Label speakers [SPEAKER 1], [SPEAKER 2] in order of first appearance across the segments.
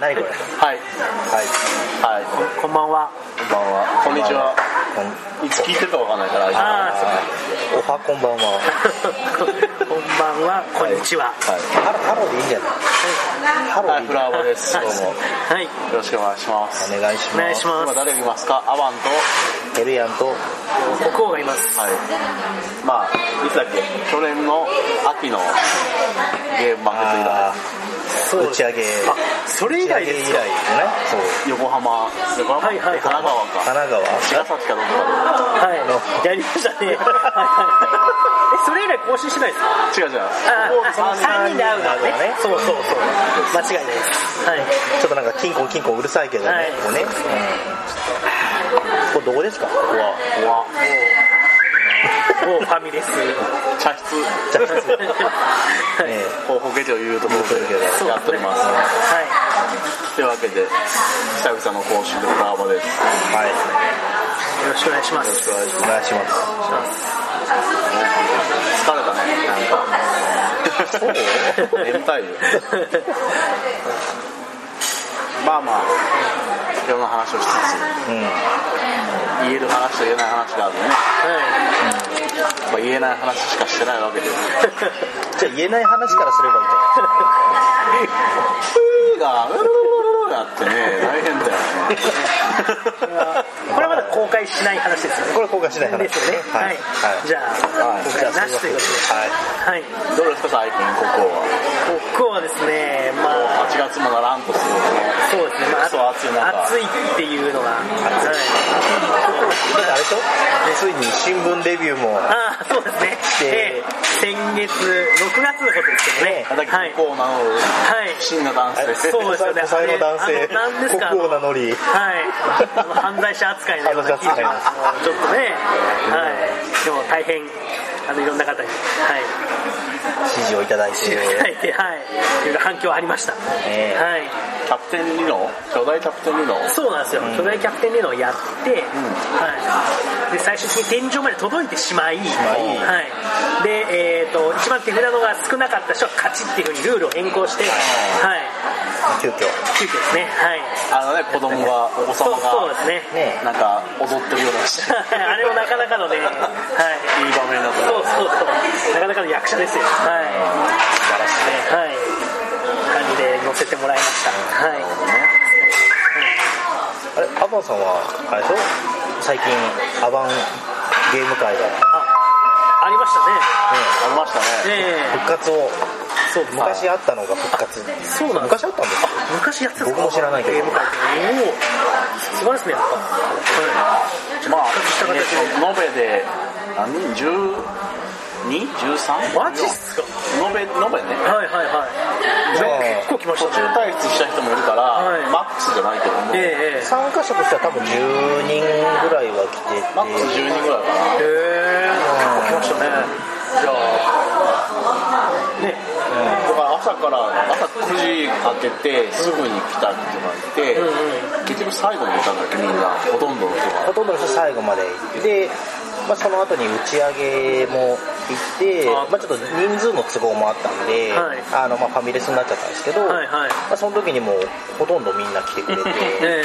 [SPEAKER 1] 何これ
[SPEAKER 2] はい
[SPEAKER 1] はい
[SPEAKER 2] はい
[SPEAKER 3] こんばんは
[SPEAKER 1] こんばんは
[SPEAKER 2] こんにちは
[SPEAKER 1] こん
[SPEAKER 2] いつ聞いてるかわかんないから
[SPEAKER 3] あー
[SPEAKER 1] あーおはこんばんは
[SPEAKER 3] こんばんはこんにち
[SPEAKER 1] は
[SPEAKER 3] は
[SPEAKER 1] いハロハロでいいんじゃないハロ
[SPEAKER 2] はい
[SPEAKER 1] でい
[SPEAKER 2] フ
[SPEAKER 1] い
[SPEAKER 2] ラワーですどうもよ
[SPEAKER 3] はい
[SPEAKER 2] ろしくお願いします
[SPEAKER 1] お願いし
[SPEAKER 3] お願いし
[SPEAKER 1] ま
[SPEAKER 3] ます
[SPEAKER 2] 今誰がいますかアワンと
[SPEAKER 1] すエルヤンと
[SPEAKER 3] 国王がいます
[SPEAKER 2] はいまあいつだっけ去年の秋のゲームマーケット以
[SPEAKER 1] あ
[SPEAKER 2] 来
[SPEAKER 1] ー打ち上げ
[SPEAKER 3] あそれ以来です
[SPEAKER 1] 打ち上げ以来ですねそう
[SPEAKER 2] 横浜横浜
[SPEAKER 3] はいはい
[SPEAKER 2] 神奈川
[SPEAKER 1] 神
[SPEAKER 2] か
[SPEAKER 1] 奈川
[SPEAKER 2] 茅ヶ崎かどっか
[SPEAKER 3] はいやりま したねはいはいえそれ以来更新してないですか
[SPEAKER 2] で違う違う
[SPEAKER 3] あ3人で会うから
[SPEAKER 1] だね
[SPEAKER 3] ねそうそうそう間違いないですはい
[SPEAKER 1] ちょっとなんか金庫金庫うるさいけどね、
[SPEAKER 3] は
[SPEAKER 1] こ
[SPEAKER 3] い
[SPEAKER 1] こね、ここどこですかここは
[SPEAKER 2] ここは
[SPEAKER 3] おファミレス
[SPEAKER 2] 茶室
[SPEAKER 1] じゃあ、ねえ
[SPEAKER 2] 広報ゲジを言うところ
[SPEAKER 1] そ
[SPEAKER 2] でやっております
[SPEAKER 3] は
[SPEAKER 2] というわけで久々の講習でフラワーですよ
[SPEAKER 1] はい
[SPEAKER 3] よろしくお願いしま
[SPEAKER 2] ろし
[SPEAKER 3] す
[SPEAKER 2] くお願いします
[SPEAKER 1] いお願いします
[SPEAKER 2] 疲れたねなんか眠たいよまあまあいろんな話をしつつ
[SPEAKER 1] うん
[SPEAKER 2] 言える話と言えない話があるね、
[SPEAKER 3] は
[SPEAKER 2] まあ、言えない話しかしてないわけで
[SPEAKER 1] じゃあ言えない話からすればいいん
[SPEAKER 2] 「うー
[SPEAKER 1] じゃ
[SPEAKER 2] がうるるるるる」だってね大変だよね
[SPEAKER 3] いこれはまだ公開しない話です
[SPEAKER 1] な
[SPEAKER 3] よ
[SPEAKER 1] い
[SPEAKER 3] ね
[SPEAKER 1] これ公開しない話
[SPEAKER 3] ですよね
[SPEAKER 1] は
[SPEAKER 3] はい
[SPEAKER 1] は
[SPEAKER 3] い
[SPEAKER 1] い
[SPEAKER 3] じゃあ公
[SPEAKER 1] じゃあ
[SPEAKER 3] 開なしということで
[SPEAKER 1] はい
[SPEAKER 3] はい
[SPEAKER 2] どうですか最近ここは
[SPEAKER 3] 僕はですねまあ
[SPEAKER 2] 8月もならんとするね
[SPEAKER 3] そうですね、まあ、
[SPEAKER 2] そう暑い中
[SPEAKER 3] 暑いっていうのが、
[SPEAKER 1] これあれでしょついに新聞レビューも
[SPEAKER 3] はい、ああそうですね、
[SPEAKER 1] で
[SPEAKER 3] えー先月6月のことですけどね
[SPEAKER 2] また
[SPEAKER 3] は
[SPEAKER 2] 結
[SPEAKER 3] い、
[SPEAKER 2] 構なの
[SPEAKER 3] はい、
[SPEAKER 2] 真の男性
[SPEAKER 3] そうですよね
[SPEAKER 1] 不細の男性
[SPEAKER 3] あのなんですか
[SPEAKER 1] 国王名乗り
[SPEAKER 3] はい、あの犯罪者扱いのような記事が
[SPEAKER 1] 犯
[SPEAKER 3] もうちょっとね、はい、でも大変あのいろんな方に、はい、
[SPEAKER 1] 支持をいただいて
[SPEAKER 3] 知りたいて、はい、いろいろ反響ありました、
[SPEAKER 1] ええ
[SPEAKER 3] はい、
[SPEAKER 2] キャプテンリノ巨大キャプテンリノ
[SPEAKER 3] そうなんですよ、巨大キャプテンレーのをやって、はい、で最終的に天井まで届いてしまい、
[SPEAKER 1] まい
[SPEAKER 3] はい、で、えー、と一番手札のが少なかった人は勝ちっていうふうにルールを変更して、はい、
[SPEAKER 1] 急遽
[SPEAKER 3] 急遽ですね、はい、
[SPEAKER 2] あのね子供がお子
[SPEAKER 3] そう
[SPEAKER 2] 様
[SPEAKER 3] そう
[SPEAKER 2] が
[SPEAKER 3] ですね、
[SPEAKER 1] ね
[SPEAKER 2] なんか踊ってるようなして
[SPEAKER 3] はいあれもなかなかのね、はい、
[SPEAKER 2] いい場面だと思
[SPEAKER 3] そうそうそう、なかなかの役者ですよ、は
[SPEAKER 1] 素晴らし
[SPEAKER 3] い、はい、感じで乗せてもらいました、はい、
[SPEAKER 1] いあれアバンさんはあれでしょ最近アバンゲーム会がね
[SPEAKER 3] あありました
[SPEAKER 2] ありましたね
[SPEAKER 3] ね、ええ
[SPEAKER 1] 復活を
[SPEAKER 3] そうですね。
[SPEAKER 1] 昔あったのが復活
[SPEAKER 3] そうなんです
[SPEAKER 1] 昔あったんですよ
[SPEAKER 3] 昔やってた
[SPEAKER 1] 僕も知らないけど
[SPEAKER 3] ゲーム会っておお素晴らしいですねやっぱ
[SPEAKER 2] まあ
[SPEAKER 3] 復活した
[SPEAKER 2] 延べで何人 12?13?
[SPEAKER 3] マジっすか
[SPEAKER 2] 延べ延べね
[SPEAKER 3] はいはいはい
[SPEAKER 1] じゃあ
[SPEAKER 3] ね結構来まし
[SPEAKER 2] 途
[SPEAKER 3] た
[SPEAKER 2] 中退
[SPEAKER 3] ね
[SPEAKER 2] 出した人もいるから、
[SPEAKER 3] はい
[SPEAKER 2] マックスじゃないけども、
[SPEAKER 3] えええ
[SPEAKER 1] 参加者としては多分10人ぐらいは来てて
[SPEAKER 2] マックス10人ぐらいかな
[SPEAKER 3] えへえ結構来ましたね
[SPEAKER 2] じゃあ
[SPEAKER 3] ね
[SPEAKER 2] だから朝から朝9時かけてすぐに来た人がいて、
[SPEAKER 3] うんうん
[SPEAKER 2] 結局最後にいたんだっけみんなほとんどの人が
[SPEAKER 1] ほとんどの人最後まで行って、まあ、その後に打ち上げも行って
[SPEAKER 3] あ
[SPEAKER 1] まあ、ちょっと人数の都合もあったんで、
[SPEAKER 3] はい
[SPEAKER 1] あのまあファミレスになっちゃったんですけど、
[SPEAKER 3] はいはい
[SPEAKER 1] まあ、その時にもうほとんどみんな来てくれてで
[SPEAKER 3] ええ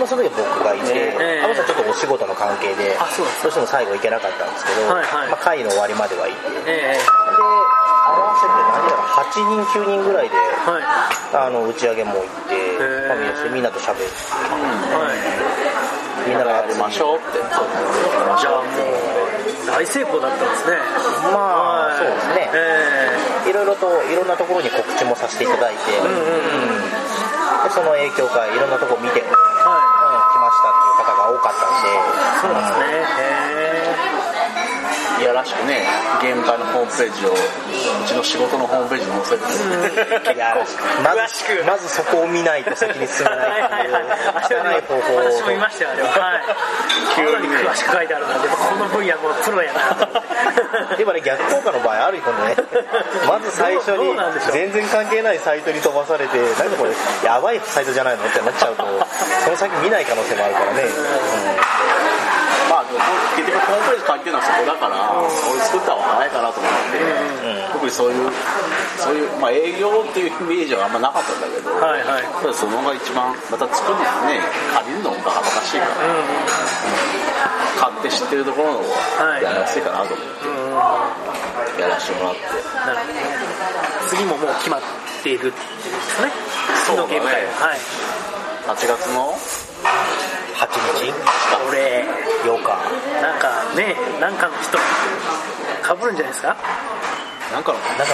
[SPEAKER 1] まあその時は僕がいて、
[SPEAKER 3] ええ
[SPEAKER 1] あの人はちょっとお仕事の関係で
[SPEAKER 3] あそうなんです
[SPEAKER 1] どうしても最後行けなかったんですけど、
[SPEAKER 3] はいはい
[SPEAKER 1] まあ、会の終わりまではいてで
[SPEAKER 3] ええ
[SPEAKER 1] 合わせて何やら8人9人ぐらいで
[SPEAKER 3] はいは
[SPEAKER 1] あの打ち上げも行って、
[SPEAKER 3] え
[SPEAKER 1] ファミレスでみんなと喋って
[SPEAKER 3] い
[SPEAKER 1] みんなが
[SPEAKER 2] やりましょうって
[SPEAKER 3] じゃあもう大成功だったんですね
[SPEAKER 1] まあそうですね
[SPEAKER 3] え
[SPEAKER 1] いろいろといろんなところに告知もさせていただいて、
[SPEAKER 3] えうんうんうん
[SPEAKER 1] でその影響からいろんなとこ見て、うん、来ま
[SPEAKER 3] は
[SPEAKER 1] したっていう方が多かったん
[SPEAKER 3] い
[SPEAKER 1] で
[SPEAKER 3] そうですねへ
[SPEAKER 2] いやらしくねゲーム会のホームページをうちの仕事のホームページに載せて、
[SPEAKER 1] いやま
[SPEAKER 3] 詳し
[SPEAKER 1] ず
[SPEAKER 3] く
[SPEAKER 1] まずそこを見ないと先に進め
[SPEAKER 3] はい
[SPEAKER 1] ない
[SPEAKER 3] はいはい
[SPEAKER 1] っ
[SPEAKER 3] あ
[SPEAKER 1] ていう汚い方法を
[SPEAKER 3] 私も見ましたよあれははい
[SPEAKER 2] 急に
[SPEAKER 3] かなり詳しく書いてあるなでもこの分野もうプロやなと思って
[SPEAKER 1] でもね逆効果の場合あるよ ねまず最初
[SPEAKER 3] どう
[SPEAKER 1] に
[SPEAKER 3] なんでしょう
[SPEAKER 1] 全然関係ないサイトに飛ばされて何これやばいサイトじゃないのってなっちゃうとその先見ない可能性もあるからね、
[SPEAKER 2] ままあ結局ホームページ書いてるのはそこだから、俺作ったはないかなと思って、特にそういうそういう、まあ、営業っていうイメージはあんまなかったんだけど、
[SPEAKER 3] はいはい
[SPEAKER 2] ただその方が一番また作るのね借りるのもバカバカしいから、買って知ってるところの方が
[SPEAKER 3] はい
[SPEAKER 2] やりやすいかなと思って、やらせてもらって
[SPEAKER 3] なるほどね次ももう決まっているんですね
[SPEAKER 2] そう
[SPEAKER 3] 次
[SPEAKER 2] だ
[SPEAKER 3] の
[SPEAKER 2] ね
[SPEAKER 3] ゲーム会はい
[SPEAKER 2] 8月の
[SPEAKER 1] 8日
[SPEAKER 3] これ
[SPEAKER 1] 8日
[SPEAKER 3] なんかねなんかの人かぶるんじゃないですか
[SPEAKER 2] なんかの
[SPEAKER 1] なんか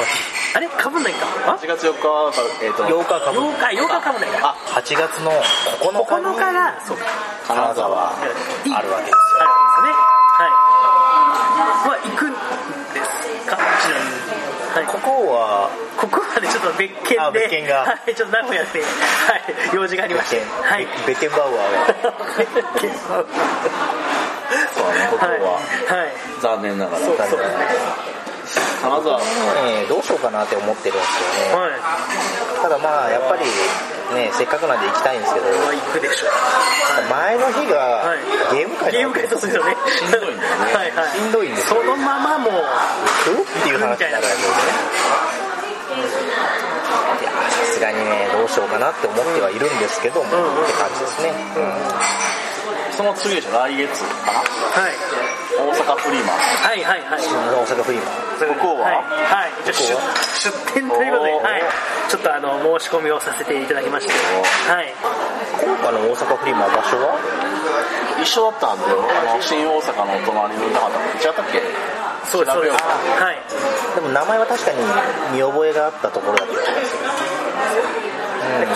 [SPEAKER 3] あれかぶんないかあ
[SPEAKER 2] 8月4日は、えー、と
[SPEAKER 1] 8日かぶる
[SPEAKER 3] 8日8日かぶんないか
[SPEAKER 1] あ8月の9日
[SPEAKER 3] 9
[SPEAKER 1] に
[SPEAKER 3] 日がそうか
[SPEAKER 1] 金沢
[SPEAKER 3] あるわけですね
[SPEAKER 1] あるわけです
[SPEAKER 3] はいは行くんですかちなみにはい
[SPEAKER 1] ここは
[SPEAKER 3] ここまでちょっと別件で
[SPEAKER 1] あ別件が
[SPEAKER 3] はいちょっと名古屋で、はい、用事がありま
[SPEAKER 1] 別
[SPEAKER 3] して
[SPEAKER 1] 件、
[SPEAKER 3] はい
[SPEAKER 1] ベケンバウアーが
[SPEAKER 2] そうだねここ
[SPEAKER 3] はい、
[SPEAKER 2] は
[SPEAKER 3] はい、
[SPEAKER 2] 残念ながら
[SPEAKER 3] そうそう
[SPEAKER 2] 金沢
[SPEAKER 1] ねどうしようかなって思ってるんですよね
[SPEAKER 3] はい
[SPEAKER 1] ただまあやっぱりねせっかくなんで行きたいんですけど
[SPEAKER 3] これは行くでしょう
[SPEAKER 1] 前の日が
[SPEAKER 3] はい
[SPEAKER 1] ゲーム会
[SPEAKER 3] ゲー
[SPEAKER 1] な
[SPEAKER 3] ム
[SPEAKER 1] んで
[SPEAKER 3] 会そうですよねしん
[SPEAKER 2] どいんだよね
[SPEAKER 3] はいはい
[SPEAKER 1] しんどいんです
[SPEAKER 3] そ
[SPEAKER 1] よ
[SPEAKER 3] のままもう
[SPEAKER 1] 行くっていう話になるわけですねいやさすがにねどうしようかなって思ってはいるんですけどもって
[SPEAKER 3] うんうん
[SPEAKER 1] 感じですね
[SPEAKER 2] その次でしょ来月かな
[SPEAKER 3] はい
[SPEAKER 2] 大阪フリーマン
[SPEAKER 3] はいはいはい
[SPEAKER 1] 大阪フリーマ
[SPEAKER 2] 向
[SPEAKER 1] ン
[SPEAKER 2] こうは、
[SPEAKER 3] はい、はい、じゃ
[SPEAKER 1] ここ
[SPEAKER 3] あ出出店というこ
[SPEAKER 2] お
[SPEAKER 3] とで、
[SPEAKER 2] ー
[SPEAKER 3] はい、ちょっとあの申し込みをさせていただきましてはい
[SPEAKER 1] 今回の大阪フリマ場所は
[SPEAKER 2] 一緒だったんだよあの新大阪のお隣にいなかった違ったっけ
[SPEAKER 3] そうです
[SPEAKER 2] 調
[SPEAKER 3] そう
[SPEAKER 2] べ
[SPEAKER 3] で
[SPEAKER 2] よう
[SPEAKER 3] すはい
[SPEAKER 1] でも名前は確かに見覚えがあったところだけど行っ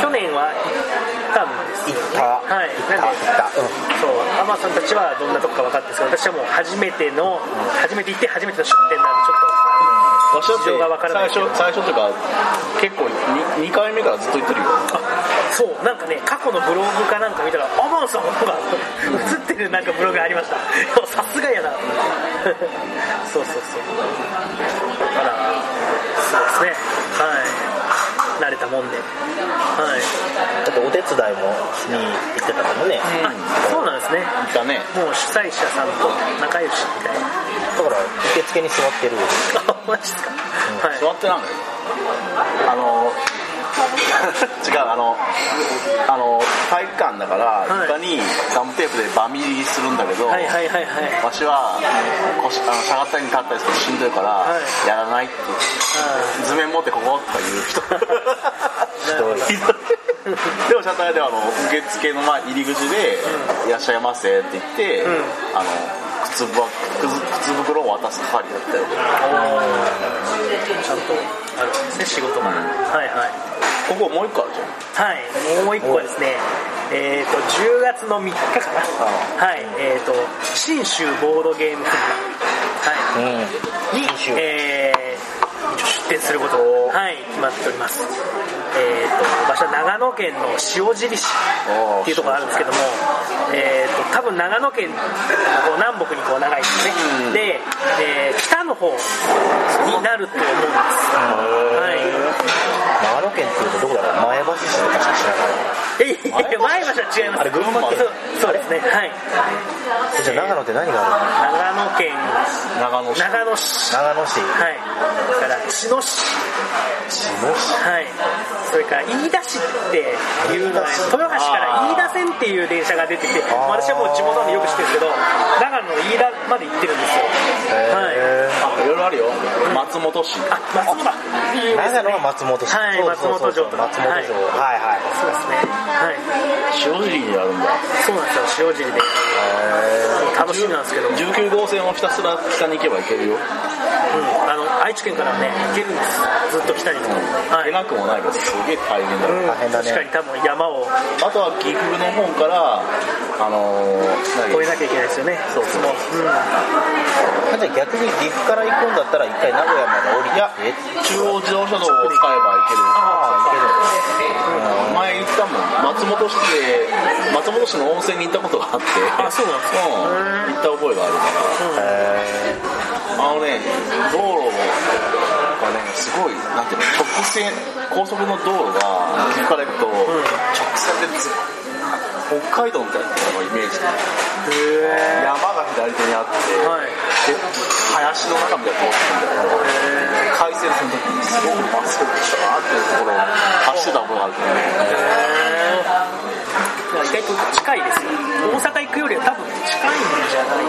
[SPEAKER 3] 去年は行ったんですよ
[SPEAKER 1] た行
[SPEAKER 3] はい
[SPEAKER 1] った
[SPEAKER 3] なんで
[SPEAKER 1] 行ったうん
[SPEAKER 3] そうアマさんたちはどんなとこか分かってですけど私はもう初めての初めて行って初めての出店なんでちょっ
[SPEAKER 2] 私だって
[SPEAKER 3] 事情がわからない
[SPEAKER 2] 最初最初というか結構 2, 回目からずっと言ってるよ
[SPEAKER 3] とそうなんかね過去のブログかなんか見たらアマンさんの方が映ってるなんかブログがありましたさすがやなそうそうそうだからそうですねはい慣れたもんではい
[SPEAKER 1] だってお手伝いもに行ってたもんね
[SPEAKER 3] あそうなんですね
[SPEAKER 2] だね
[SPEAKER 3] もう主催者さんと仲良しみたいな
[SPEAKER 1] だから受付に座ってる
[SPEAKER 3] あマジですか、はい
[SPEAKER 2] 座ってなんだよあの 違うあのあの体育館だから
[SPEAKER 3] はい
[SPEAKER 2] 床にガムテープでバミリするんだけど、
[SPEAKER 3] はいはいはいはい
[SPEAKER 2] わしは腰あのしゃがったりに立ったりするとしんどいから、
[SPEAKER 3] はい
[SPEAKER 2] やらないって
[SPEAKER 3] あ
[SPEAKER 2] 図面持ってここっていう人
[SPEAKER 1] ひどい
[SPEAKER 2] でも車体ではあの受付の前入り口で「いらっしゃいませ」って言って、
[SPEAKER 3] ん
[SPEAKER 2] あの靴ば靴靴袋を渡す係だったよ
[SPEAKER 3] ーちゃんとあるんですね仕事が、
[SPEAKER 2] うん
[SPEAKER 3] はいはい
[SPEAKER 2] ここもう一個あるじゃん
[SPEAKER 3] はいもう一個はですねえー、と10月の3日かなはいえー、と信州ボードゲームフ
[SPEAKER 1] う
[SPEAKER 3] ェ
[SPEAKER 1] ん
[SPEAKER 3] に、
[SPEAKER 1] 信州
[SPEAKER 3] はい、えー、一応出店することをはい決まっておりますえー、と場所は長野県の塩尻市っていうところがあるんですけども、えー、と多分長野県のこう南北にこう長いんですね、
[SPEAKER 2] うん
[SPEAKER 3] で、えー北の方になると思うんです、はい
[SPEAKER 1] 長野県っていうとどこだろう前橋市とかしか知らな
[SPEAKER 3] えいや前橋は違います
[SPEAKER 1] あれ群馬県
[SPEAKER 3] そう そうですねはい
[SPEAKER 1] いじゃあ長野って何がある
[SPEAKER 3] 長野県
[SPEAKER 2] 長野市
[SPEAKER 3] 長野市
[SPEAKER 1] の長野市
[SPEAKER 3] はいだから茅野市
[SPEAKER 1] 茅野市
[SPEAKER 3] はいそれから飯田市っていうの
[SPEAKER 1] 飯田
[SPEAKER 3] は
[SPEAKER 1] 市
[SPEAKER 3] 豊橋から飯田線っていう電車が出てて
[SPEAKER 1] あー
[SPEAKER 3] 私はもう地元なんでよく知ってるんですけど長野の飯田まで行ってるんですよはい
[SPEAKER 1] へ
[SPEAKER 2] あいろいろあるよ松本市
[SPEAKER 3] あ松本だいい
[SPEAKER 1] ー
[SPEAKER 3] ですね
[SPEAKER 1] 長野は松本市
[SPEAKER 3] はい
[SPEAKER 1] そうそうそうそう
[SPEAKER 3] 松本城とか
[SPEAKER 1] 松本
[SPEAKER 3] はい
[SPEAKER 1] 城はいはい
[SPEAKER 3] そうですねはい
[SPEAKER 2] 塩尻にあるんだ
[SPEAKER 3] そうなんですよ塩尻で楽しみなんですけど、うん、
[SPEAKER 2] 19号線をひたすら北に行けば行けるよ
[SPEAKER 3] あの愛知県からね行けるんですずっと来たりとか、は
[SPEAKER 2] 行け
[SPEAKER 3] い
[SPEAKER 2] なくもないけどすげえ大変だよ、
[SPEAKER 1] 大変だね
[SPEAKER 3] 確かに多分山を
[SPEAKER 2] あとは岐阜の方からあのー、
[SPEAKER 3] 越えなきゃいけないですよね
[SPEAKER 2] そうそう
[SPEAKER 3] うん
[SPEAKER 1] あじゃあ逆に岐阜から行くんだったら一回名古屋まで降りて
[SPEAKER 2] いや中央自動車道を使えば行ける
[SPEAKER 1] あ
[SPEAKER 2] 前行ったもん松本市で松本市の温泉に行ったことがあって
[SPEAKER 3] あそうなんですか
[SPEAKER 2] うん、行った覚えがある
[SPEAKER 1] あ行けるへ
[SPEAKER 2] からあのね道路がねすごいなんていうの直線高速の道路が岐阜から行くと、直線でずっ北海道みたいなののイメージで
[SPEAKER 3] へえ
[SPEAKER 2] 山が左手にあって、
[SPEAKER 3] はい
[SPEAKER 2] で林の中みたいなところってんだよ海鮮する時にすごくまっすぐシャーっていうところを走ってた覚えがあるからね
[SPEAKER 3] へー意外と近いですよ大阪行くよりは多分近いんじゃない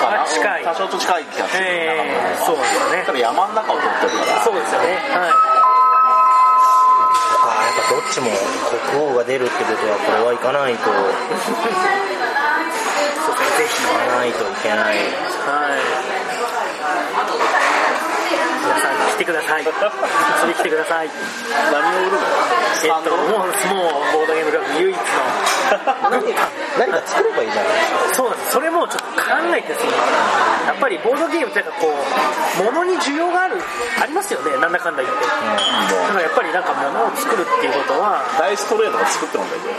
[SPEAKER 3] かな
[SPEAKER 2] 近いかな
[SPEAKER 3] あ近い
[SPEAKER 2] 多少と近い気がする
[SPEAKER 3] えー、そうですよね
[SPEAKER 2] だから山の中を通ってるから
[SPEAKER 3] そうですよねは
[SPEAKER 1] ああ
[SPEAKER 3] い
[SPEAKER 1] やっぱどっちも国王が出るってことはこれは行かないと行
[SPEAKER 3] そうですねぜひ
[SPEAKER 1] かないといけない
[SPEAKER 3] はい皆さん来てください遊びに来てください
[SPEAKER 2] 何を売るの
[SPEAKER 3] えっともうもうボードゲームが唯一の
[SPEAKER 1] 何か何か作ればいいじゃないですか
[SPEAKER 3] そうなんですそれもちょっと考えてですねやっぱりボードゲームってなんかこう物に需要があるありますよねなんだかんだ言ってだからやっぱりなんか物を作るっていうことは
[SPEAKER 2] ダイストレードが作ってもらうんだ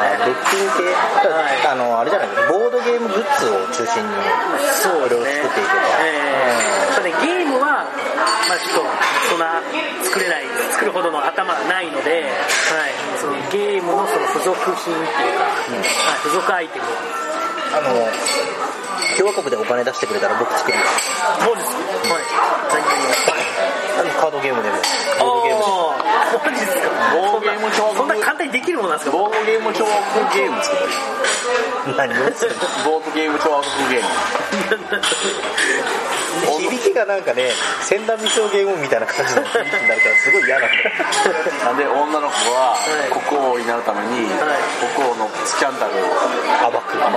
[SPEAKER 3] ああ
[SPEAKER 1] あ
[SPEAKER 3] 大事だ
[SPEAKER 1] ー
[SPEAKER 3] よね
[SPEAKER 1] 物品系
[SPEAKER 3] はい
[SPEAKER 1] あのあれじゃないボードゲームグッズを中心に
[SPEAKER 3] そう
[SPEAKER 1] それ
[SPEAKER 3] で
[SPEAKER 1] を
[SPEAKER 3] す
[SPEAKER 1] 作
[SPEAKER 3] ね
[SPEAKER 1] っていけば
[SPEAKER 3] ええただねゲームはまあちょっとそんな作れない作るほどの頭がないので、はい、そのゲームのその付属品っていうか、はい、付属アイテム
[SPEAKER 1] あの共和国でお金出してくれたら僕作るよ
[SPEAKER 3] そうですはい
[SPEAKER 1] あ
[SPEAKER 3] 何々
[SPEAKER 1] のカードゲームでもボードゲームでも
[SPEAKER 3] あーマジですか
[SPEAKER 2] ボードゲーム上
[SPEAKER 3] そんな簡単にできるものなんです
[SPEAKER 2] けど
[SPEAKER 3] か
[SPEAKER 2] ボードゲーム超悪ゲーム作ってる
[SPEAKER 1] 何をする
[SPEAKER 2] ボードゲーム超悪ゲーム
[SPEAKER 1] 響きがなんかね千段未勝ゲームみたいな感じの響きになるからすごい嫌なんだよ
[SPEAKER 2] なんで女の子は
[SPEAKER 3] はい
[SPEAKER 2] 国王になるために
[SPEAKER 3] はい
[SPEAKER 2] 国王のスキャンダルを
[SPEAKER 1] 暴く
[SPEAKER 3] なん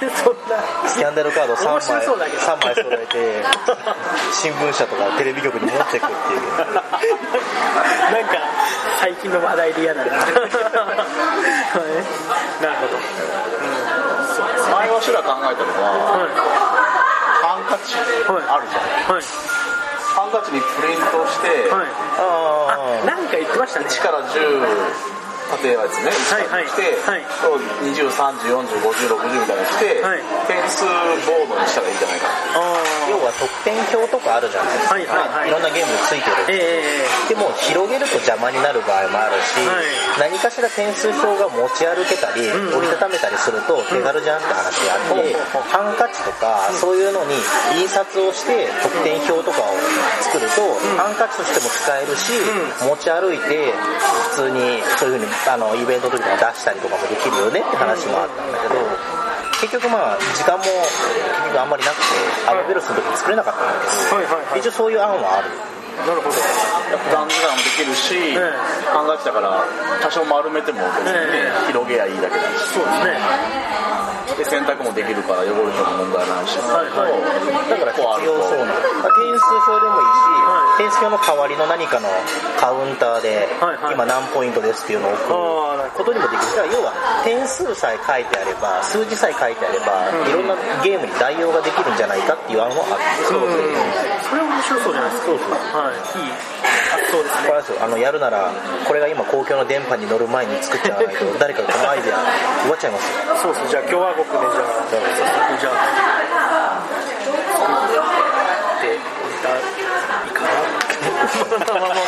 [SPEAKER 3] でそんな
[SPEAKER 1] スキャンダルカード3枚
[SPEAKER 3] 面白そうだけど
[SPEAKER 1] 三枚揃えて新聞社とかテレビ局に持ってくっていう
[SPEAKER 3] なんか最近の話題で嫌だな、はい、なるほど、
[SPEAKER 2] 前わしら考えたのが
[SPEAKER 3] はい
[SPEAKER 2] ハンカチ
[SPEAKER 3] はい
[SPEAKER 2] あるじゃん
[SPEAKER 3] はい
[SPEAKER 2] ハンカチにプリントして
[SPEAKER 3] はい
[SPEAKER 1] あ
[SPEAKER 3] なんか言ってましたね
[SPEAKER 2] 1から10例えばですね1から
[SPEAKER 3] はいはい
[SPEAKER 2] 10来て
[SPEAKER 3] はい
[SPEAKER 2] 2030405060みたいなの来て
[SPEAKER 3] はい
[SPEAKER 2] 点数ボードにしたらいいんじゃないかな
[SPEAKER 3] あ
[SPEAKER 1] あ要は得点表とかあるじゃないですか、
[SPEAKER 3] はいはいはい
[SPEAKER 1] ろんなゲームについてる
[SPEAKER 3] ーえ
[SPEAKER 1] でも広げると邪魔になる場合もあるし、
[SPEAKER 3] は
[SPEAKER 1] 何かしら点数表が持ち歩けたり、
[SPEAKER 3] んうん
[SPEAKER 1] 折りたためたりすると手軽じゃんって話があって、ハンカチとかそういうのに印刷をして得点表とかを作ると、ハンカチとしても使えるし、持ち歩いて普通にそういうふうにあのイベントの時とか出したりとかもできるよねって話もあったんだけど。結局まあ時間も結局あんまりなくてアルベロスの時作れなかったんだけど、
[SPEAKER 3] はいはいはい
[SPEAKER 1] 一応そういう案はある
[SPEAKER 3] えなるほど
[SPEAKER 2] 段時間もできるし、
[SPEAKER 3] え
[SPEAKER 2] ハンカチだから多少丸めても別にね、
[SPEAKER 3] え
[SPEAKER 2] 広げやいいだけだし
[SPEAKER 3] そうですね
[SPEAKER 2] で洗濯もできるから汚れても問題ないし、
[SPEAKER 3] はいは
[SPEAKER 1] だから必要そうな、まあ点数表でもいいし、
[SPEAKER 3] は
[SPEAKER 1] 点数表の代わりの何かのカウンターで、
[SPEAKER 3] はいはい
[SPEAKER 1] 今何ポイントですっていうのを送る
[SPEAKER 3] ああなる
[SPEAKER 1] ことにもできるだから要は点数さえ書いてあれば数字さえ書いてあれば、
[SPEAKER 3] うん
[SPEAKER 1] いろんなゲームに代用ができるんじゃないかっていう案もあって
[SPEAKER 3] ほどうんそれ面白そうじゃないです
[SPEAKER 1] そ
[SPEAKER 3] か
[SPEAKER 1] うそう
[SPEAKER 3] はいいい発想です
[SPEAKER 1] これ
[SPEAKER 3] ね
[SPEAKER 1] ですよあのやるならこれが今公共の電波に乗る前に作ってやらないと誰かがこのアイデア奪っちゃいますよ
[SPEAKER 3] そうそうじゃあ共和国でじゃあ
[SPEAKER 1] だから
[SPEAKER 3] 早速じゃあ作っていったらいいかなまあまあまあわ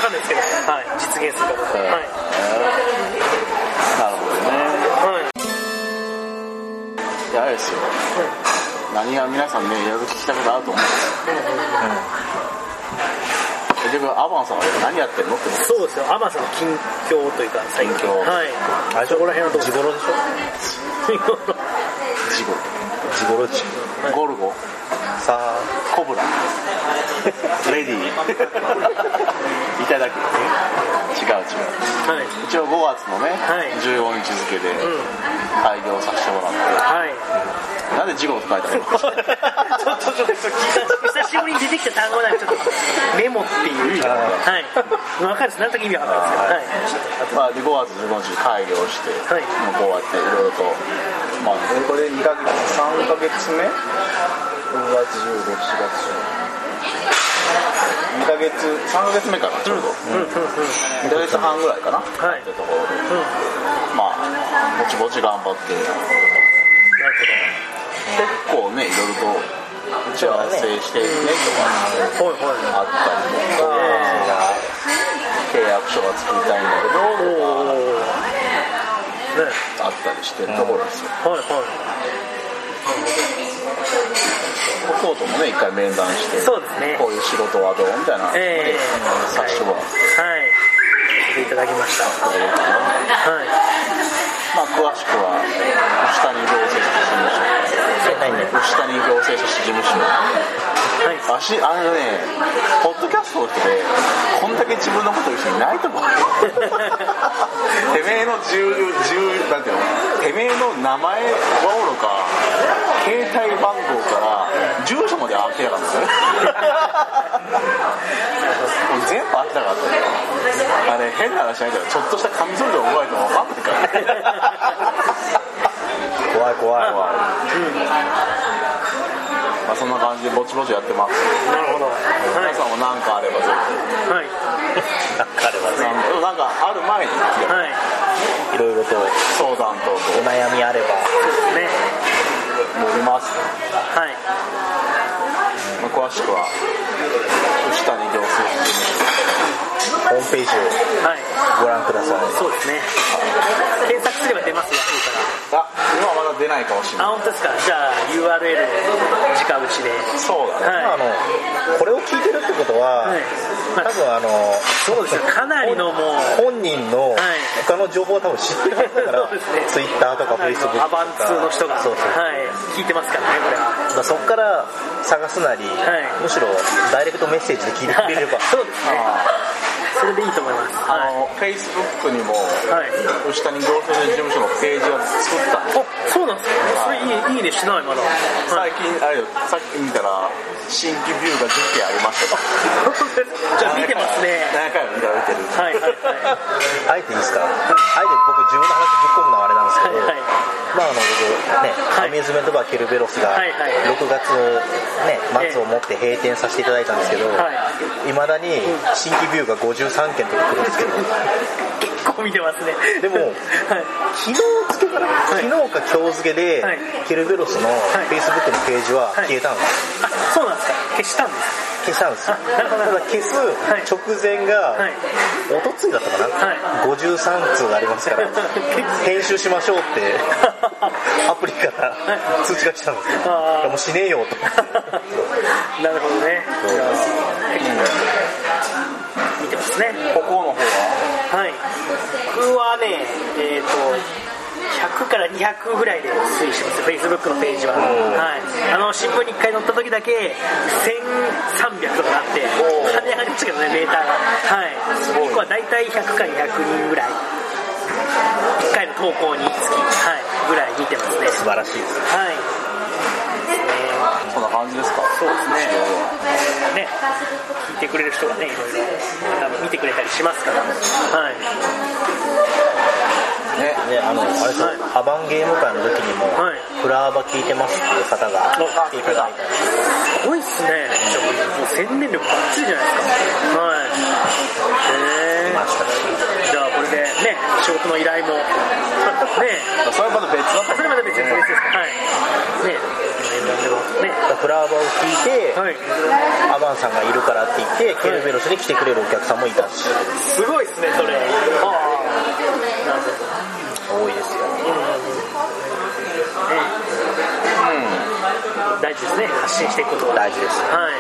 [SPEAKER 3] かんないですけどはい実現するかどうかはい
[SPEAKER 2] なるほどね
[SPEAKER 3] はい
[SPEAKER 2] いやあれですよ何が皆さんねやると聞きたことあると思うんですよ結局アバンさんは何やってるのって思って
[SPEAKER 3] そうですよ、アマさんの近況というか、最近、
[SPEAKER 2] 近況
[SPEAKER 3] はい、
[SPEAKER 1] あそこら辺はどう地頃でし
[SPEAKER 3] 近況
[SPEAKER 2] 事
[SPEAKER 1] ょ地頃でしょ
[SPEAKER 2] 故ゴルゴ
[SPEAKER 1] さあ
[SPEAKER 2] コブラレディーいただく違う違う
[SPEAKER 3] はい、
[SPEAKER 2] 一応5月のね、
[SPEAKER 3] はい
[SPEAKER 2] 14日付で
[SPEAKER 3] うん、
[SPEAKER 2] 開業させてもらって、
[SPEAKER 3] は
[SPEAKER 2] なんで事故って書いてあるの
[SPEAKER 3] い、ちょっと、ちょっと、久しぶりに出てきた単語なんか、ちょっと、メモっていう、はい、分かるです、なんとか意味わかるんです
[SPEAKER 2] まあ、で5月15日に開業して、
[SPEAKER 3] はい
[SPEAKER 2] もうこうやっていろいろと、まあ、これ2ヶ月3ヶ月目5月15日4月2ヶ月3ヶ月目かなちょうど、
[SPEAKER 3] け
[SPEAKER 2] 2ヶ
[SPEAKER 3] ど、はい、うん、うん、う
[SPEAKER 2] 月半ぐらいかな、
[SPEAKER 3] ん、は
[SPEAKER 2] っ
[SPEAKER 3] い
[SPEAKER 2] て、ところで
[SPEAKER 3] うん、
[SPEAKER 2] まあぼちぼち頑張って結
[SPEAKER 3] なる
[SPEAKER 2] 構ねいろいろと打ち合わせしてねとか
[SPEAKER 3] ほど、はい、はい、
[SPEAKER 2] あったりとか
[SPEAKER 1] が
[SPEAKER 2] 契約クションは作りたいんだけ
[SPEAKER 3] お
[SPEAKER 2] ど、
[SPEAKER 3] おね
[SPEAKER 2] あったりしてるところですよ。
[SPEAKER 3] はいは
[SPEAKER 2] コートもね、一回面談して、
[SPEAKER 3] そうですね
[SPEAKER 2] こういう仕事はどうみたいな、
[SPEAKER 3] いええ
[SPEAKER 2] 最初は、
[SPEAKER 3] はい来ていただきました
[SPEAKER 2] どうかな。
[SPEAKER 3] はい
[SPEAKER 2] まあ、詳しくは、下に行政書士事務所。
[SPEAKER 1] 何々
[SPEAKER 2] 下に行政書士事務所。
[SPEAKER 3] はい
[SPEAKER 2] あし、あのね、ポッドキャストの人で、こんだけ自分のこと言う人いないと思うよ。てめえの重、重、なんていうの、てめえの名前はおろか、携帯番号から、住所まで開けやがったね。もう全部開けたかったよ。あれ、変な話じゃないけど、ちょっとしたカミソリで覚えても分かってるから。
[SPEAKER 1] 怖い怖い
[SPEAKER 2] まあそんな感じでぼちぼちやってます。
[SPEAKER 3] なるほどは
[SPEAKER 2] 皆さんも何かあればぜ
[SPEAKER 3] いはい
[SPEAKER 1] 彼は
[SPEAKER 2] ひ。
[SPEAKER 1] ね
[SPEAKER 2] なんなんかある前に
[SPEAKER 3] はい
[SPEAKER 1] いろいろと
[SPEAKER 2] 相談と
[SPEAKER 1] お悩みあれば
[SPEAKER 3] ね
[SPEAKER 2] 乗ります。
[SPEAKER 3] はい
[SPEAKER 2] まあ詳しくは牛谷行政事務
[SPEAKER 1] ホームページを
[SPEAKER 3] はい
[SPEAKER 1] ご覧ください
[SPEAKER 3] そうですね検索すれば出ますよ安いか
[SPEAKER 2] 所。
[SPEAKER 3] ら
[SPEAKER 2] あ、今はまだ出ないかもしれない。
[SPEAKER 3] あ、本当ですか。じゃあ URL を直打ちで。
[SPEAKER 2] そうだね。
[SPEAKER 3] はい
[SPEAKER 1] あのこれを聞いてるってことは、
[SPEAKER 3] はい。ま
[SPEAKER 1] 多
[SPEAKER 3] あ、
[SPEAKER 1] 分あの
[SPEAKER 3] そうですよ。かなりのもう、
[SPEAKER 1] 本人の他の情報は多分知ってるはずだから、
[SPEAKER 3] そうですね
[SPEAKER 1] ツイッターとか
[SPEAKER 3] か
[SPEAKER 1] フ
[SPEAKER 3] な
[SPEAKER 1] ェイ
[SPEAKER 3] り
[SPEAKER 1] スブック
[SPEAKER 3] のアバンツーの人が、
[SPEAKER 1] そうそう、
[SPEAKER 3] はい、聞いてますからね、これは。
[SPEAKER 1] まあ、そこから探すなり、
[SPEAKER 3] い
[SPEAKER 1] むしろダイレクトメッセージで聞いてくれれば
[SPEAKER 3] そうですね。それでいいと思います。
[SPEAKER 2] あ
[SPEAKER 3] は
[SPEAKER 2] の、Facebook にも、
[SPEAKER 3] い。はい。
[SPEAKER 2] 牛谷行政事務所のページを作ったんです
[SPEAKER 3] あ、そうなんですか。それいい、いいねしない、まだ。はい。
[SPEAKER 2] 最近、あれよ、さっき見たら、新規ビューが10件ありました。
[SPEAKER 3] じゃあ見てますね。
[SPEAKER 2] 何回も見られてる。
[SPEAKER 3] はい、はい、はい。
[SPEAKER 1] あえていいですかあえて僕自分の話ぶっ込むのはあれなんですけど、
[SPEAKER 3] はいはい
[SPEAKER 1] まああの僕ね、
[SPEAKER 3] はい
[SPEAKER 1] アミューズメントバーケルベロスが
[SPEAKER 3] はいはい
[SPEAKER 1] 6月、ね、末をもって閉店させていただいたんですけど、
[SPEAKER 3] はい
[SPEAKER 1] まだに新規ビューが53件とか来るんですけど
[SPEAKER 3] 結構見てますね。
[SPEAKER 1] でも
[SPEAKER 3] はい。
[SPEAKER 1] 昨日付けから、
[SPEAKER 3] い
[SPEAKER 1] 昨日か今日付けで、
[SPEAKER 3] はい
[SPEAKER 1] ケルベロスの Facebook のページは
[SPEAKER 3] はい
[SPEAKER 1] 消えたんです、
[SPEAKER 3] あ、そうなんですか。消したんです。
[SPEAKER 1] 消したんですよ
[SPEAKER 3] あなるほど
[SPEAKER 1] ただ消す
[SPEAKER 3] い
[SPEAKER 1] 直前が、
[SPEAKER 3] はい。
[SPEAKER 1] おとついだったかな、53通あります から編集しましょうってアプリから通知が来たんですよ
[SPEAKER 3] あー
[SPEAKER 1] いやもうしねえよと
[SPEAKER 3] なるほどね。見てますね。
[SPEAKER 2] ここの方は、
[SPEAKER 3] はい。僕はね、えっ、と、100から200ぐらいで推移してます、Facebook のページは。はい。あの、新聞に1回載った時だけ、1300とかあって、跳ね上がりましたけどね、メーターが。はい。それ以降は大体100から200人ぐらい。1回の投稿につき、はい、ぐらい見てますね。
[SPEAKER 1] 素晴らしいです
[SPEAKER 3] はい。
[SPEAKER 2] そんな感じですか
[SPEAKER 3] そうですね。ね、聞いてくれる人がね、いろいろ、多分見てくれたりしますから。はい。
[SPEAKER 2] ね。
[SPEAKER 1] ねあのあれですよ
[SPEAKER 3] はい
[SPEAKER 1] アバンゲーム会の時にも、
[SPEAKER 3] はい
[SPEAKER 1] フラーバ聞いてますっていう方が来ていただいたり
[SPEAKER 3] すごいっすね。もう宣伝力ばっちりじゃないですか。はい。へ
[SPEAKER 1] ました
[SPEAKER 3] え。じゃあこれでね、仕事の依頼も。ね
[SPEAKER 2] それはまた別だと
[SPEAKER 3] それまで別に別ですから。はい。ね面談
[SPEAKER 1] フラーバを聞いて、
[SPEAKER 3] でも。ね。はい。
[SPEAKER 1] アバンさんがいるからって言ってケルベロスに来てくれるお客さんもいたし
[SPEAKER 3] すごいっすね、それ。ああ。なるほど。
[SPEAKER 1] 多いですよ
[SPEAKER 3] ね。うん。大事ですね、発信していくことは。
[SPEAKER 1] 大事です
[SPEAKER 3] はい。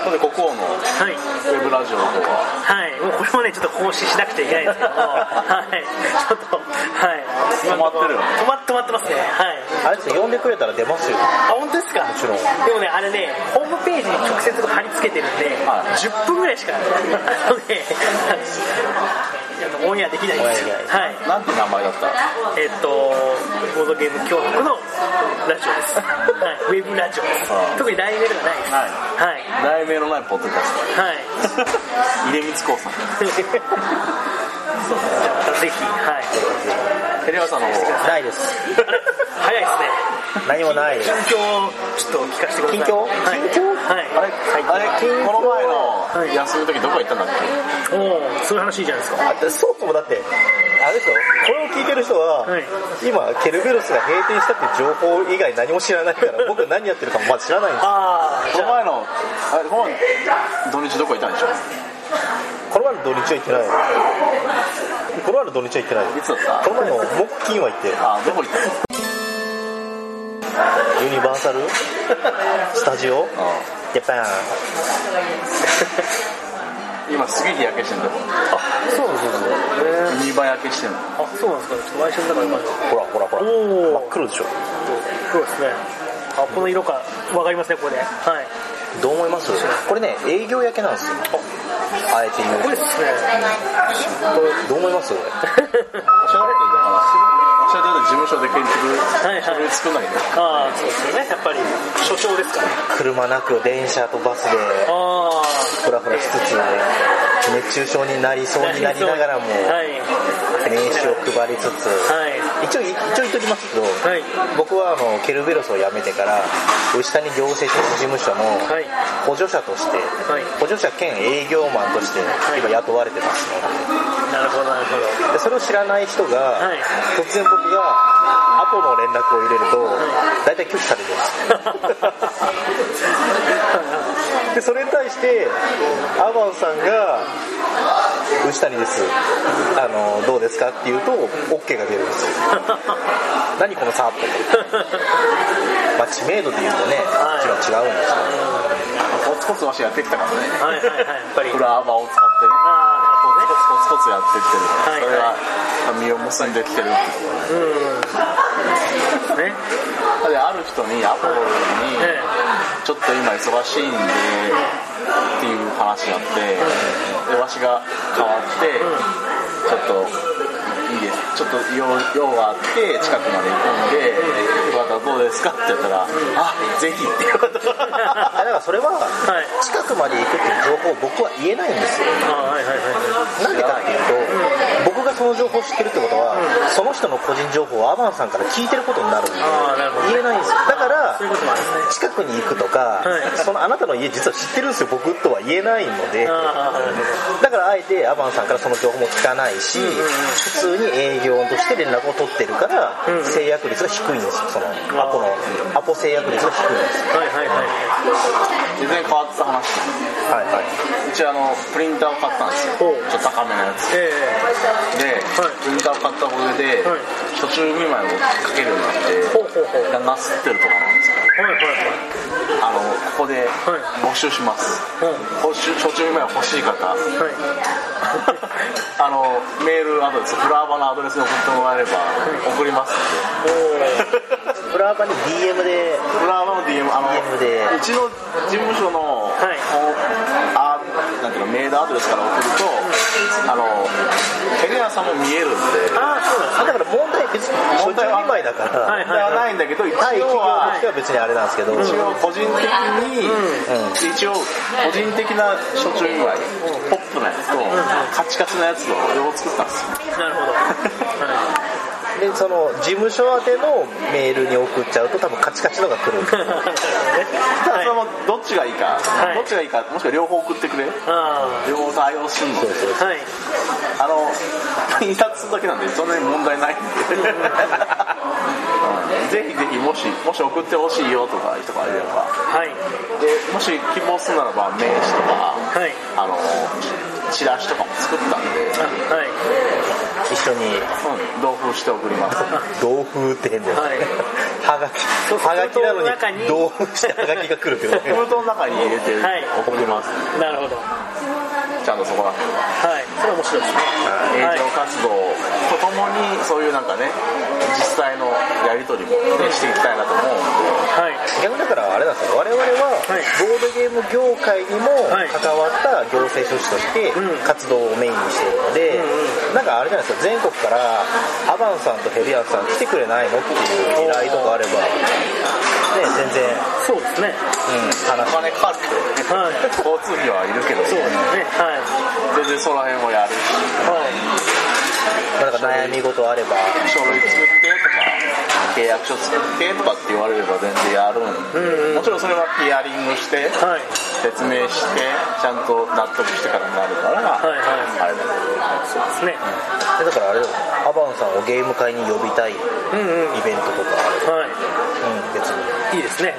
[SPEAKER 2] 思うので、ここの
[SPEAKER 3] はい。
[SPEAKER 2] ウェブラジオの方は、
[SPEAKER 3] はい。もうこれもね、ちょっと更新しなくちゃいけないんですけども。はい。ちょっ
[SPEAKER 2] 止ま
[SPEAKER 3] と、はい。
[SPEAKER 2] ってるよね
[SPEAKER 3] 止ま止まってますね。はい。
[SPEAKER 1] あれですよ呼んでくれたら出ますよ
[SPEAKER 3] あ、本当ですかも
[SPEAKER 1] ちろん
[SPEAKER 3] でもね、あれね、ホームページに直接貼り付けてるんで、
[SPEAKER 2] はい
[SPEAKER 3] 10分ぐらいしか、あのね、あのオンエアできないんですよ
[SPEAKER 1] オンエアで。き
[SPEAKER 3] はい。
[SPEAKER 2] なんて名前だった
[SPEAKER 3] えっと、ボードゲーム協力のラジオです。はい。ウェブラジオです
[SPEAKER 2] あ。あ
[SPEAKER 3] 特に題名とかないです。
[SPEAKER 2] はい
[SPEAKER 3] は
[SPEAKER 2] 題
[SPEAKER 3] い。
[SPEAKER 2] 名のないポッドキャス
[SPEAKER 3] はい。
[SPEAKER 2] ト。入光興産。
[SPEAKER 3] そうですね。じゃあまたぜひ、はい。
[SPEAKER 2] テレ朝の方は、
[SPEAKER 1] ないです
[SPEAKER 3] あれ早いですね。
[SPEAKER 1] 何もないです
[SPEAKER 3] 近況をちょっと聞かせてください。
[SPEAKER 1] 近況
[SPEAKER 3] はい、
[SPEAKER 1] 近況
[SPEAKER 3] はい。
[SPEAKER 2] あれ、あれ、この前の休みの時どこ行ったんだっけ
[SPEAKER 3] おお、そういう話いいじゃないですか。
[SPEAKER 1] あでそうかもだってあれですよこれを聞いてる人は、
[SPEAKER 3] はい
[SPEAKER 1] 今ケルベロスが閉店したっていう情報以外何も知らない から僕何やってるかもまだ知らないんです
[SPEAKER 3] ああ、
[SPEAKER 2] この前の、あれ、この前土日どこ行ったんでしょ
[SPEAKER 1] このロワール土日は行ってないよコロワール土日は行ってないよ
[SPEAKER 2] いつだった
[SPEAKER 1] この前の木金は行ってる
[SPEAKER 2] あどこ行ったの
[SPEAKER 1] ユニバーサルスタジオ
[SPEAKER 2] あ
[SPEAKER 1] ジャパン
[SPEAKER 2] 今すげえ日焼けしてんだよ
[SPEAKER 3] そうなんですね
[SPEAKER 2] 2倍焼けしてんの
[SPEAKER 3] あそうなんですかちょっと来週の中でまず
[SPEAKER 1] ほらほらほら
[SPEAKER 3] お
[SPEAKER 1] 真
[SPEAKER 3] お
[SPEAKER 1] っ黒でしょ
[SPEAKER 3] そうですねあこの色かわかりますねここではい
[SPEAKER 1] どう思いますこれね営業焼けなんですよあえて言う
[SPEAKER 3] これですね
[SPEAKER 1] とどう思います
[SPEAKER 2] おしゃれだからおしゃれだと事務所で建
[SPEAKER 3] いはい
[SPEAKER 2] 築書類作んないんだよ
[SPEAKER 3] ああそうですよねやっぱり所長ですから
[SPEAKER 1] 車なく電車とバスで
[SPEAKER 3] あ
[SPEAKER 1] ふらふらしつつ熱中症になりそう
[SPEAKER 3] あ
[SPEAKER 1] になりながらも
[SPEAKER 3] はい
[SPEAKER 1] 名刺を配りつつ
[SPEAKER 3] はい
[SPEAKER 1] 一応一応言っときますけど
[SPEAKER 3] はい
[SPEAKER 1] 僕はあのケルベロスを辞めてから牛谷行政書士事務所の
[SPEAKER 3] はい
[SPEAKER 1] 補助者として
[SPEAKER 3] はい
[SPEAKER 1] 補助者兼営業マンとして今雇われてます
[SPEAKER 3] なるほどなるほど
[SPEAKER 1] でそれを知らない人が、
[SPEAKER 3] い
[SPEAKER 1] 突然僕がアポの連絡を入れると、大体拒否されるんですでそれに対してアバンさんが「牛谷ですあのどうですか?」って言うと OK が出るん ですよ何この差って思ってまあ知名度で言うとね
[SPEAKER 3] はい
[SPEAKER 1] もちろん違うん ですけど
[SPEAKER 2] コツコツわしやってきたからね
[SPEAKER 3] はいはいはいやっぱり
[SPEAKER 2] フラワーを使ってねコツコ
[SPEAKER 3] あ
[SPEAKER 2] ツコツコツやってきてるから
[SPEAKER 3] はい
[SPEAKER 2] それが身を結んできてるっていう
[SPEAKER 3] あなるほどねうんね
[SPEAKER 2] である人にアポロに
[SPEAKER 3] ええ
[SPEAKER 2] ちょっと今忙しいんでっていう話があってでわしが変わってちょっといいですちょっと用用があって近くまで行くんでよかったらどうですかって言ったらあぜひって言われた
[SPEAKER 1] あだからそれは
[SPEAKER 3] はい
[SPEAKER 1] 近くまで行くっていう情報を僕は言えないんですよ
[SPEAKER 3] あはいはいは
[SPEAKER 1] なんでかっていうと、僕がその情報を知ってるってことは、その人の個人情報をアバンさんから聞いてることになるんで
[SPEAKER 3] あーなるほど、
[SPEAKER 1] 言えないんですよ。だか
[SPEAKER 3] いそうい
[SPEAKER 1] ら、
[SPEAKER 3] うこともあるんです
[SPEAKER 1] 近
[SPEAKER 3] ね
[SPEAKER 1] くに行くとか
[SPEAKER 3] はい、
[SPEAKER 1] そのあなたの家実は知ってるんですよ、僕とは言えないので、
[SPEAKER 3] ああなるほど
[SPEAKER 1] だからあえてアバンさんからその情報も聞かないし、
[SPEAKER 3] うんうんうん
[SPEAKER 1] 普通に営業として連絡を取ってるから
[SPEAKER 3] うんうん、
[SPEAKER 1] 制約率が低いんですよ、その
[SPEAKER 3] ー
[SPEAKER 1] アポの、アポ制約率が低いんですよ。
[SPEAKER 3] はいはいはい
[SPEAKER 2] 全然変わってた話
[SPEAKER 1] はいはいう
[SPEAKER 2] ちあのプリンターを買ったんですよち
[SPEAKER 3] ほう
[SPEAKER 2] ょっと高めのやつ
[SPEAKER 3] え
[SPEAKER 2] で、プリンターを買ったおかげで、
[SPEAKER 3] はい
[SPEAKER 2] 途中見舞いをかけるようにな
[SPEAKER 3] えほうほうほうはい
[SPEAKER 2] ってなすってるとかなんですけど
[SPEAKER 3] はいはい
[SPEAKER 2] あのここで
[SPEAKER 3] い
[SPEAKER 2] 募集します、
[SPEAKER 3] うん
[SPEAKER 2] 募集途中見舞い欲しい方
[SPEAKER 3] はい
[SPEAKER 2] あのメールアドレスフラワーのアドレスに送ってもらえれば送ります
[SPEAKER 3] おー
[SPEAKER 1] フラワーに DM で、
[SPEAKER 2] フラワーの DM あの
[SPEAKER 1] DM で
[SPEAKER 2] うちの事務所の、
[SPEAKER 3] はい
[SPEAKER 2] おあなんていうのメールアドレスから送ると、あのヘレアさんも見えるんで
[SPEAKER 3] ああそうなんです
[SPEAKER 1] あだから問題別に、初
[SPEAKER 2] 問題は
[SPEAKER 1] 中2枚だから、
[SPEAKER 3] はい
[SPEAKER 2] ではないんだけど一応
[SPEAKER 1] 対企業と
[SPEAKER 2] は
[SPEAKER 1] しては別にあれなんですけど、
[SPEAKER 2] 一応個人的に、
[SPEAKER 1] ん
[SPEAKER 2] 一応個人的な初中祝いポップなやつと、カチカチなやつを両方作ったんですよ
[SPEAKER 3] なるほどは
[SPEAKER 1] でその事務所宛てのメールに送っちゃうと多分カチカチのが来るんで
[SPEAKER 3] いなるほどね
[SPEAKER 2] ただ
[SPEAKER 3] はい
[SPEAKER 2] そのどっちがいいか、
[SPEAKER 3] はい
[SPEAKER 2] どっちがいいかもしくは両方送ってくれ
[SPEAKER 3] あ
[SPEAKER 2] 両方対応するので
[SPEAKER 1] そうそう
[SPEAKER 3] あはい
[SPEAKER 2] あの印刷するだけなんでそんなに問題ないんで、うんぜひぜひもしもし送ってほしいよとかいう人がいれば
[SPEAKER 3] はい
[SPEAKER 2] でもし希望するならば名刺とか
[SPEAKER 3] はい
[SPEAKER 2] あのチラシとかも作ったんで、
[SPEAKER 3] あはい
[SPEAKER 1] 一緒に
[SPEAKER 2] うん、同封して送ります
[SPEAKER 1] 同封って変だよ、
[SPEAKER 3] はい
[SPEAKER 1] はがき
[SPEAKER 3] そう
[SPEAKER 1] はがきな
[SPEAKER 3] 封筒の中
[SPEAKER 1] の
[SPEAKER 3] に
[SPEAKER 1] に同封してはがきが来るけどね
[SPEAKER 2] 封筒の中に入れて
[SPEAKER 3] はい
[SPEAKER 2] 送ります、
[SPEAKER 3] なるほどは
[SPEAKER 2] ちゃんとそこら辺
[SPEAKER 3] いそれは面白いですね
[SPEAKER 2] 営
[SPEAKER 3] はい
[SPEAKER 2] 業活動とともにそういうなんかね実際のやり取りも、ね、していきたいなと思うんで
[SPEAKER 3] はい
[SPEAKER 1] 逆にだからあれなんですよ我々は
[SPEAKER 3] はい
[SPEAKER 1] ボードゲーム業界にも
[SPEAKER 3] はい
[SPEAKER 1] 関わった行政書士として
[SPEAKER 3] うん
[SPEAKER 1] 活動をメインにしているので、なんかあれじゃないですか全国からアバンさんとヘリアンさん来てくれないのっていう依頼とかあればね全然、
[SPEAKER 3] そうですね
[SPEAKER 1] う
[SPEAKER 2] お
[SPEAKER 1] ん、話も
[SPEAKER 2] 金かかるけどね、
[SPEAKER 3] はい
[SPEAKER 2] 交通費はいるけど
[SPEAKER 3] そうですねはい
[SPEAKER 2] 全然その辺もやるし
[SPEAKER 3] は
[SPEAKER 1] なんか悩み事あれば
[SPEAKER 2] 書類作ってとか契約書作ってとかって言われれば全然やるん、
[SPEAKER 3] うんうん
[SPEAKER 2] もちろんそれはヒアリングして
[SPEAKER 3] いはい
[SPEAKER 2] 説明してちゃんと納得してからになるから、
[SPEAKER 3] はいは
[SPEAKER 2] あ
[SPEAKER 3] い
[SPEAKER 2] れだけど
[SPEAKER 3] そうですね
[SPEAKER 1] でだからあれだよアバンさんをゲーム会に呼びたいイ
[SPEAKER 3] うんうん
[SPEAKER 1] ベントとかあるう
[SPEAKER 3] は
[SPEAKER 1] ん別に
[SPEAKER 3] いいいですね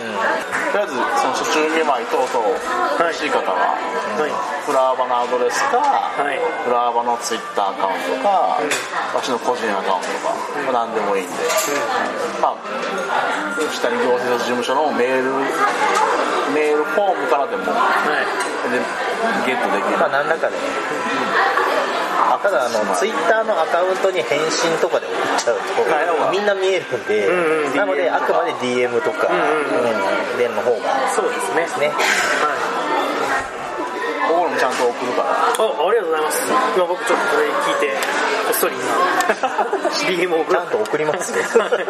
[SPEAKER 2] とりあえずその初中見舞い等々欲しい方は
[SPEAKER 3] はい
[SPEAKER 2] フラーバのアドレスか、
[SPEAKER 3] い
[SPEAKER 2] フラーバのツイッターアカウントか、私の個人アカウントか、まあ何でもいいんで、まあ、下に行政書事務所のメール、メールフォームからでも、で
[SPEAKER 3] はい
[SPEAKER 2] ゲットできる。
[SPEAKER 1] まあ何らかでただあのツイ
[SPEAKER 2] ッ
[SPEAKER 1] ッターのアカウントに返信とかで送っちゃうとみんな見えるんで、
[SPEAKER 3] うんうん
[SPEAKER 1] なので
[SPEAKER 2] DM
[SPEAKER 1] あくまで DM とか、うん連の方が
[SPEAKER 3] そうです
[SPEAKER 1] ね
[SPEAKER 3] ねはい
[SPEAKER 2] ターここにもちゃんと送るから。
[SPEAKER 3] あありがとうございます今僕ちょっとこれ聞いてこっそり今 DM を送
[SPEAKER 1] ち
[SPEAKER 3] ら
[SPEAKER 1] ゃんと送り ますね
[SPEAKER 3] はい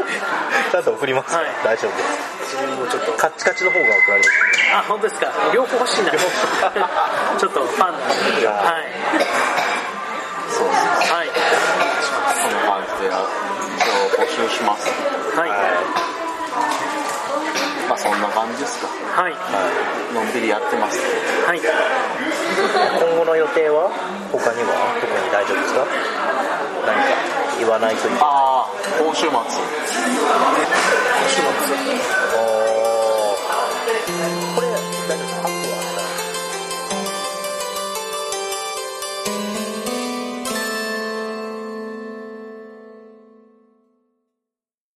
[SPEAKER 1] ちゃんと送ります、
[SPEAKER 3] はい
[SPEAKER 1] 大丈夫です
[SPEAKER 3] 自分もちょっと
[SPEAKER 1] カッチカチの方が送られる
[SPEAKER 3] あ本当ですか両方欲しいな ちょっとファンなんで
[SPEAKER 1] や
[SPEAKER 3] はい
[SPEAKER 2] そうです
[SPEAKER 3] はい
[SPEAKER 2] こんな感じで、一応募集します。
[SPEAKER 3] はい
[SPEAKER 2] まあそんな感じですか。
[SPEAKER 3] はい
[SPEAKER 2] のんびりやってます。
[SPEAKER 3] はい
[SPEAKER 1] 今後の予定は他には特に大丈夫ですか何か言わないといけない
[SPEAKER 2] ああ、今週末。今週末